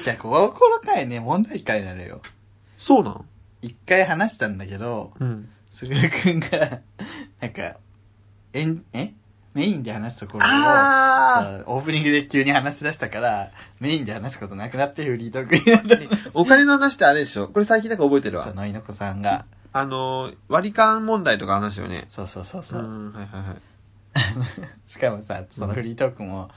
じゃあ、ここの回ね、問題回なのよ。
そうなん
一回話したんだけど、
うん。
すぐるくんが、なんか、えん、えメインで話すところを、
あ
そうオープニングで急に話し出したから、メインで話すことなくなってフリートークになった。
お金の話ってあれでしょこれ最近なんか覚えてる
そう、
わ。
のいのこさんが、
あのー、割り勘問題とか話だよね。
そうそうそう
う
そう。
ん、はいはいはい。
しかもさ、そのフリートークも、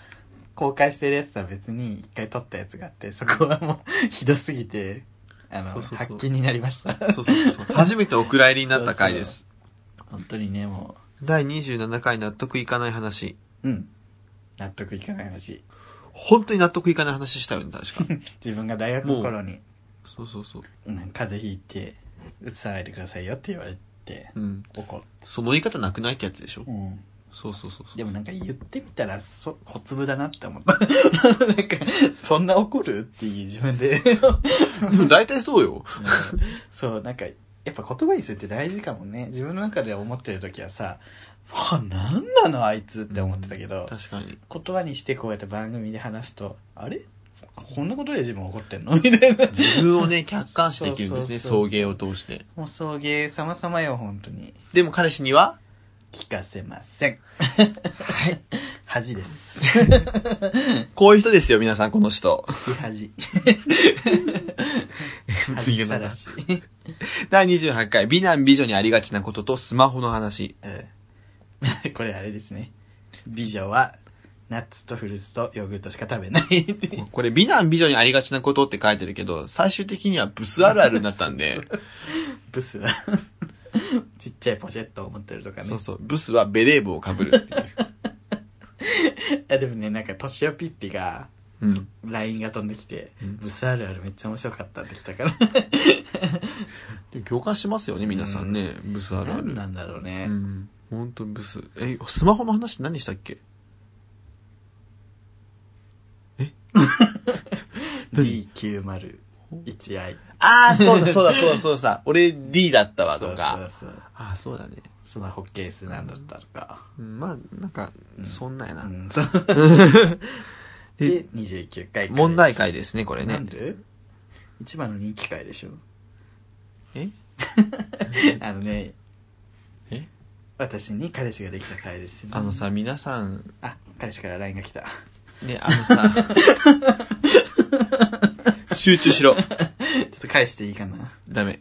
公開してるやつとは別に一回撮ったやつがあって、そこはもうひどすぎて、あの、
そうそうそう
発見になりました。
そうそうそう そう。初めてお蔵入りになった回です。
本当にね、も
第27回納得いかない話。
う、うん。納得いかない話。
本当に納得いかない話したよね、確か。
自分が大学の頃に、
そうそうそう。
うん風邪ひいて、うつさないでくださいよって言われて、
うん。
怒っ
その言い方なくないってやつでしょ
た。うん。
そうそうそうそう。
でもなんか言ってみたら、そ、小粒だなって思った。 なんか、そんな怒るっていう自分で。
でも大体そうよ。
うん そう、なんか、やっぱ言葉にするって大事かもね。自分の中で思ってる時はさ、はあ、なんなのあいつって思ってたけど、
確かに。
言葉にしてこうやって番組で話すと、あれこんなことで自分怒ってんのみたいな。
自分をね、客観視できるんですね、
そう
送
そうそう
迎を通して。
もう送迎様々よ、本当に。
でも彼氏には
聞かせません。
はい。
恥です。
こういう人ですよ、皆さん、この 人。
恥。
次
恥
の
さら
話。
し。
第28回、美男美女にありがちなこととスマホの話。
うんこれあれですね。美女は、ナッツとフルーツとヨーグルトしか食べないっていう。
これ、美男美女にありがちなことって書いてるけど、最終的にはブスあるあるになったん で、
ブスはちっちゃいポシェットを持ってるとかね
そうそう、ブスはベレー帽をかぶるっていう。
いやでもねなんか年をピッピが、
うん
そ LINE が飛んできて、
うん
ブスあるあるめっちゃ面白かったってきたから
でも共感しますよね、皆さんね。ブスあるあ
何
る。
なんだろうね、
うん。ほんとブス。え、スマホの話何したっけえ何
D901i
ああ、そうだ、そうだ、そうだ、そうだ。 俺 D だったわ、と
そうそう
か。
そう
ああ、そうだね。
スマホケースなんだったとか、
うんまあ、なんか、
うん
そんなんや
う
な。
ん、 そう
で
で29回
問題回
で
ですね、これ
すな
ね
ん。で一番の人気回で しょ
え
あのね
え
私に彼氏ができた回ですよね
あのさ、皆さん、
あ彼氏から LINE が来た
ね、あの さ、集中しろ。
ちょっと返していいかな。
ダメ。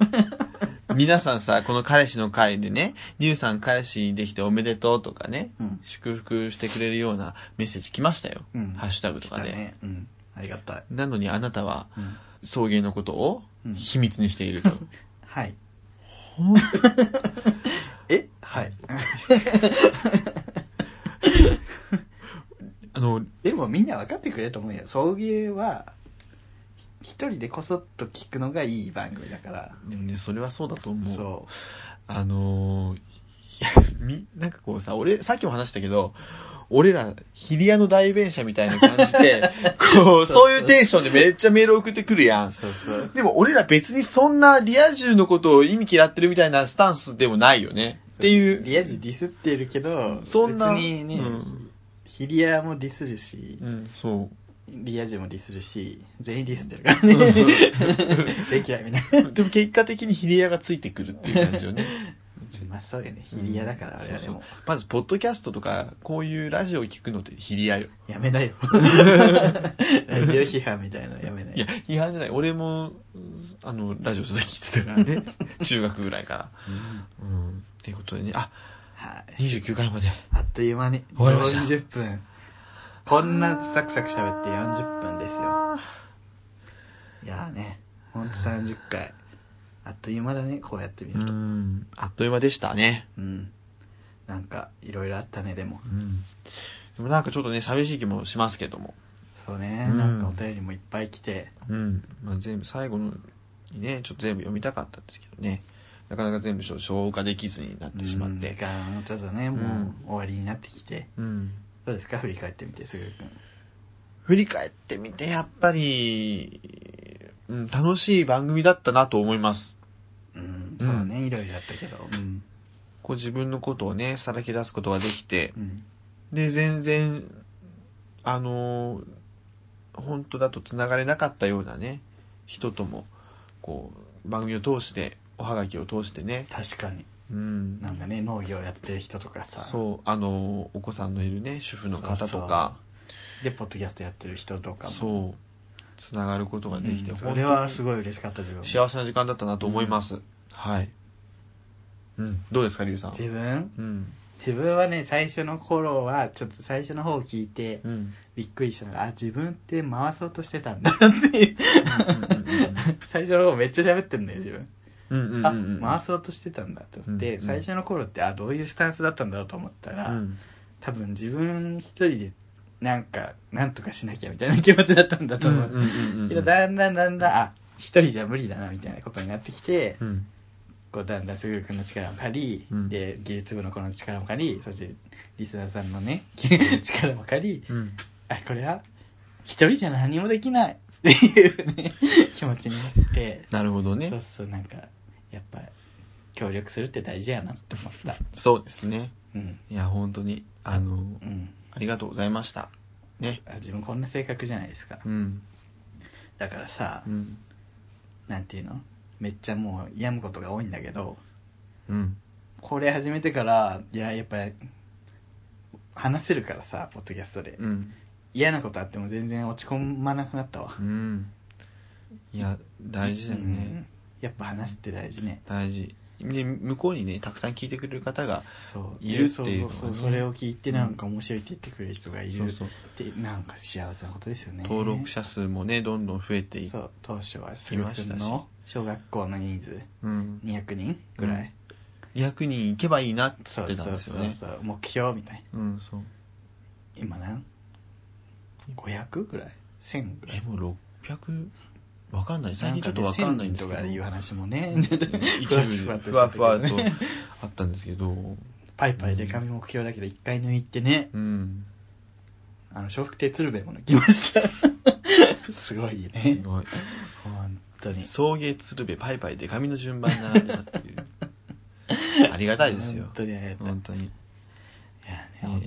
皆さんさ、この彼氏の会でね、リュウさん彼氏できておめでとうとかね、
うん
祝福してくれるようなメッセージ来ましたよ。
うん
ハッシュタグとかで、
ね。うん。ありがたい。
なのにあなたは、
うん。
送迎のことを
うん
秘密にしてい ると。
はい。
ほん
えはい。
あの、
でもみんな分かってくれると思うよ。送迎は、ひ一人でこそっと聞くのがいい番組だから。
でもね、それはそうだと思う。
そ
あのーいや、み、なんかこうさ、俺、さっきも話したけど、俺ら、ヒリアの代弁者みたいな感じ で、こう、
そうそう
そういうテンションでめっちゃメール送ってくるや
う。
ん。
そうそう。
でも俺ら別にそんなリア充のことを意味嫌ってるみたいなスタンスでもないよね。っていう。
リア充ディスってるけど、
そんな
別にね、
うん
ヒリアもディスるし
う、ん、そう。
リア充もディスるし、全員ディスってるから ね。全員嫌 いみんな。
でも結果的にヒリアがついてくるっていう感じ よね。
まあそうよね。ヒリアだから我々
そう
も
そう。まず、ポッドキャストとか、こういうラジオを聞くのってヒリアよ。
や めなよ。ラジオ批判みたいなのやめないい
や、。批判じゃない。俺も、あの、ラジオずっと聞いてたから ね。中学ぐらいから。うん。っていうことでね、あ、
はい。
29回まで。
あっという間に
終わりました
40分。こんなサクサク喋って40分ですよ。いやーね、ほんと30回。あっという間だね、こうやってみ
う
ると。
ん。あっという間でしたね。
うん。なんか、いろいろあったね、でも
う。ん。でもなんかちょっとね、寂しい気もしますけども。
そうね、
うん
なんかお便りもいっぱい来て。
うん。まあ全部、最後のにね、ちょっと全部読みたかったんですけどね。なかなか全部消化できずになってしまっ
うん
て。
時間もちょっとね、
う
も
ん
う終わりになってきて。
うん。
どうですか振り返ってみて、すぐるくん。
振り返ってみて、やっぱり、うん、楽しい番組だったなと思います。
うん。
うん
そうね、いろいろあったけど。
うん、こう自分のことをねさらけ出すことができて
うん。
で全然あのー本当だとつながれなかったようなね人ともこう番組を通しておはがきを通してね、
確かに。
うん、
なんかね、農業やってる人とかさ。
そうあのーお子さんのいるね主婦の方とか
で、ポッドキャストやってる人とかも。
そうつながることができて、
う
本
んそ
当
れ
に
はすごい嬉しかった自分も
幸せな時間だったなと思います、はい、うん、どうですかリュウさん
自分
うん
自分はね最初の頃はちょっと最初の方を聞いて
うんうん
びっくりしたのがあ自分って回そうとしてたんだっていう最初の方めっちゃ喋ってるんだよ自分
うんうんうんうん
あ
うんうん
回そうとしてたんだと思っ
うんう
て
ん
最初の頃ってあどういうスタンスだったんだろうと思った
う
ら
ん
多分自分一人でなんかなんとかしなきゃみたいな気持ちだったんだと
う
思
ん
う
うんうんうん
けどだんだんだんだんあ一人じゃ無理だなみたいなことになってきて
うん
こうだんだんすぐるくんの力も借り、
うん
で技術部の子の力も借りそしてリスナーさんのね力も借り
うん
あこれは一人じゃ何もできないっていう ね気持ちになって、
なるほどね
そうそうなんかやっぱ協力するって大事やなって思った
そうですね
うん
いや本当にあの
うん
ありがとうございましたね
あ自分こんな性格じゃないですか
うん
だからさ、
うん
なんていうのめっちゃもう病むことが多いんだけど
うん
これ始めてからいややっぱ話せるからさポッドキャストで
うん
嫌なことあっても全然落ち込まなくなったわ
うんいや大事だよ
う
ね
んやっぱ話すって大事ね
大事で向こうにねたくさん聞いてくれる方が
そう
いるっていうのはね
そうそうそれを聞いてなんか面白いって言ってくれる人がい
そ
る
う
っ
そう
てなんか幸せなことですよね
登録者数もねどんどん増えていく
そう当初はすぐくん
いましたし
の小学校の人数
うん
200人ぐらい、
200人いけばいいなって言
そ
っ
う
てたん
そう
ですよ
そう
ね
そう、目標みたいな
うんそう
今何 ?500 ぐらい ?1000 ぐらい
えもう600わかんない最近ちょっとわかんないんですけ
な
ど
かね1000人とかいう話もね、
一部ふわふわとあったんですけど
パイパイで紙目標だけど一回抜いてね
うん
あの笑福亭鶴瓶も抜きました すごい
す
ね
ごい
本当に
送迎鶴瓶パイパイで髪の順番に並んでたっていうありがたいですよ
本当にありがたいい
本当に、え
やね、
ー
本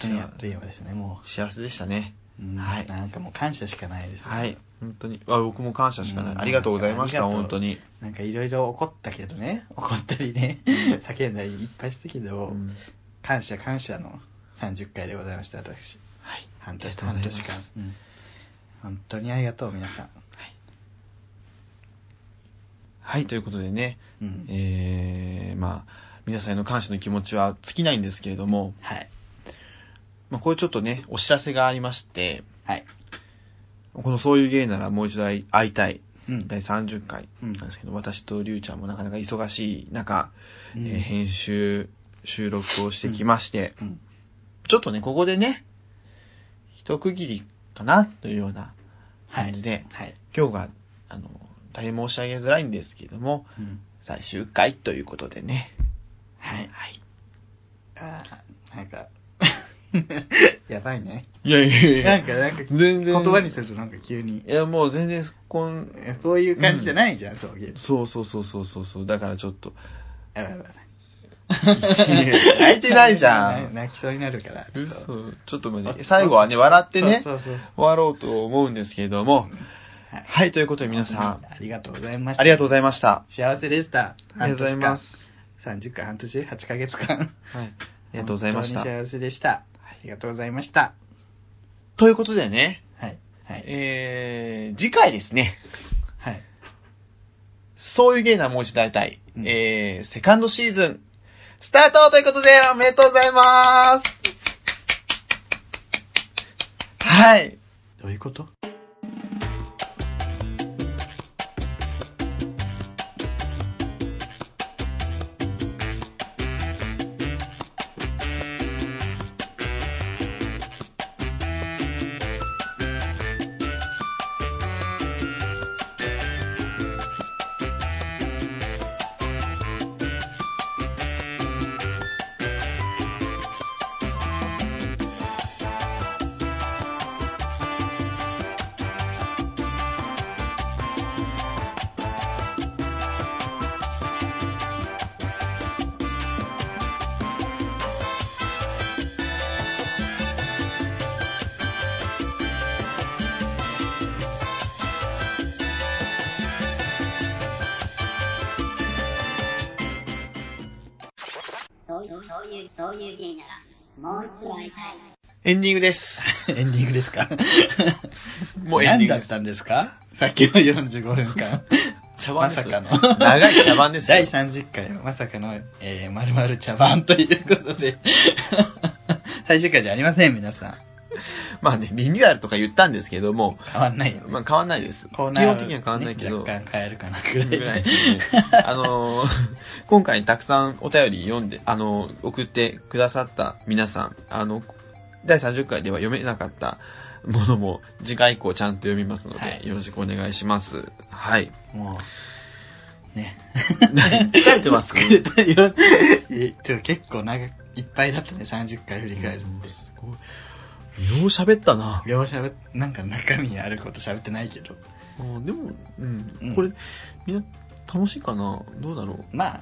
当にあっという間ですねも
幸せでしたね
う、うん
はい
なんかもう感謝しかないです、
はい本当にあ僕も感謝しかない、
うん
ありがとうございまし
あ
た
りがとう
本当に、
なんかいろいろ怒ったけどね怒ったりね叫んだりいっぱいしたけど、
うん
感謝感謝の30回でございました私
はい
半
あり
年
がとうござい
半
ま
年間
す、
うん本当にありがとう皆さん、
はいということでね
うん
えーまあ皆さんへの感謝の気持ちは尽きないんですけれども、
はい
まあ、これちょっとねお知らせがありまして
はい
この「そういう芸ならもう一度会いたい」
うん
第30回なんですけど、私とりゅうちゃんもなかなか忙しい中、
うん
えー編集収録をしてきまして、
うんうん
ちょっとねここでね一区切りかなというような感じで、
はい、
今日があの大変申し上げづらいんですけども
うん
最終回ということでね
はい
はい
あーなんか やばいね
いやいやいや
なんかなんか
全然
言葉にするとなんか急に
いやもう全然こん
えそういう感じじゃないじゃん、そういう
そうそうそうそうそうそうだからちょっと
やばいやばい
泣いてないじゃん
泣きそうになるからちょっと
嘘ちょっと待って最後はね笑ってね
そうそうそう
終わろうと思うんですけれども
はい
はいということで皆さん
ありがとうございました
ありがとうござい
ま
ました
す幸せでした
ありがとうございます
半年間30回半年8ヶ月間
はいありがとうございました
本当に幸せでしたありがとうございました
ということでね
はいはい
えー次回ですね
はい
そういう芸な文字大体、
うん
えー、セカンドシーズン、スタートということで、おめでとうございますはい。
どういうこと
そういう、そういうゲイなら、もう一度会いたい。
エンディングです。
エンディングですか
もうエンディング
何だ
で
っ
す。
たんですかさっきの45分間。
茶
ま
番です
さ
よ。
かの。
長い茶番 ですよ
第30回、まさかの、えー、まるまる茶番ということで。最終回じゃありません、皆さん。
まあね、リニューアルとか言ったんですけども、
変わんないよ。
まあ変わんないです。基
コー
本
ナー
的には変わんないけど。
ね若干変えるかなくらい
ぐらい
で。
ですねあのー、今回たくさんお便り読んで、あのー、送ってくださった皆さん、あの、第30回では読めなかったものも次回以降ちゃんと読みますので、
はい
よろしくお願いします。 はい。
もう、ね。
疲れてます
疲れたよ。えちょっと結構長く、いっぱいだったね、30回振り返るって。
すごい。よう喋ったな。
両しゃべなんか中身あること喋ってないけど。
あーでも、うん、
うん
これ、みんな楽しいかなどうだろう
まあ、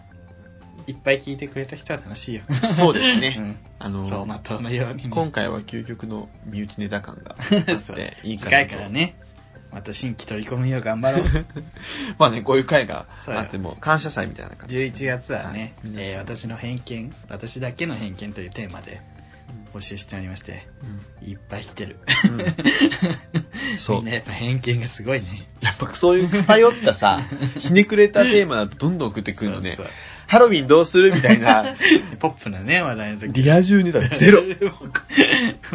いっぱい聞いてくれた人は楽しいよ。
そうです
う。ん。
あの
そう、まとのようにね、
今回は究極の身内ネタ感があっ
そう
ていいかな
次回
と
からね、また新規取り込みを頑張ろう。
まあね、こういう会が
そうよ
あっても、感謝祭みたいな感じ。
11月はね、
はい
えー私の偏見、私だけの偏見というテーマで募集しておりまして、いっぱい来てる。
そ
み
うん
な。やっぱ偏見がすごいね。
やっぱそういう偏ったさ、ひねくれたテーマだとどんどん送ってくるのね。
そう
ハロウィンどうするみたい な、
そうポップなね、話題の時。
リア充ネタゼ ロ。
も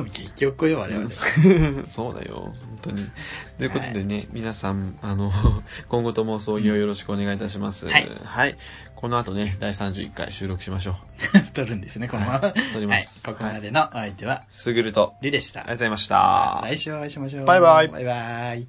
う激おこよ、我々。
そうだよ、本当に。ということでね、皆さん、あの、 今後とも送迎をよろしくお願いいたします。
はい
はい。この後ね、第31回収録しましょう。
撮るんですね、このまま。
はい撮ります
はい、ここまでのお相手は、
すぐると、
リュウでした。
ありがとうございました。
来週お会いしましょう。
バイバイ
バイバイ。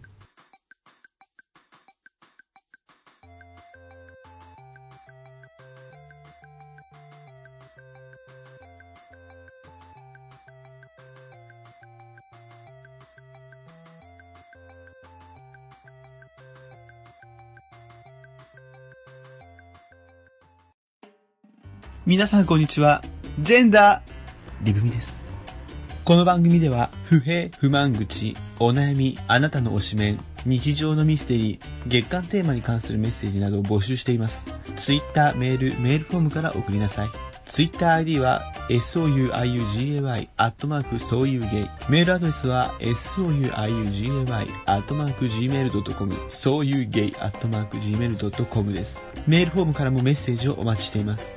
皆さんこんにちは。ジェンダー、リブミです。この番組では、不平、不満口、お悩み、あなたの推しメン、日常のミステリー、月間テーマに関するメッセージなどを募集しています。ツイッター、メール、メールフォームから送りなさい。ツイッター ID は、souiugay、アットマーク、そういうゲイ。メールアドレスは、souiugay、アットマーク、gmail.com、そういうゲイ、アットマーク、gmail.com です。メールフォームからもメッセージをお待ちしています。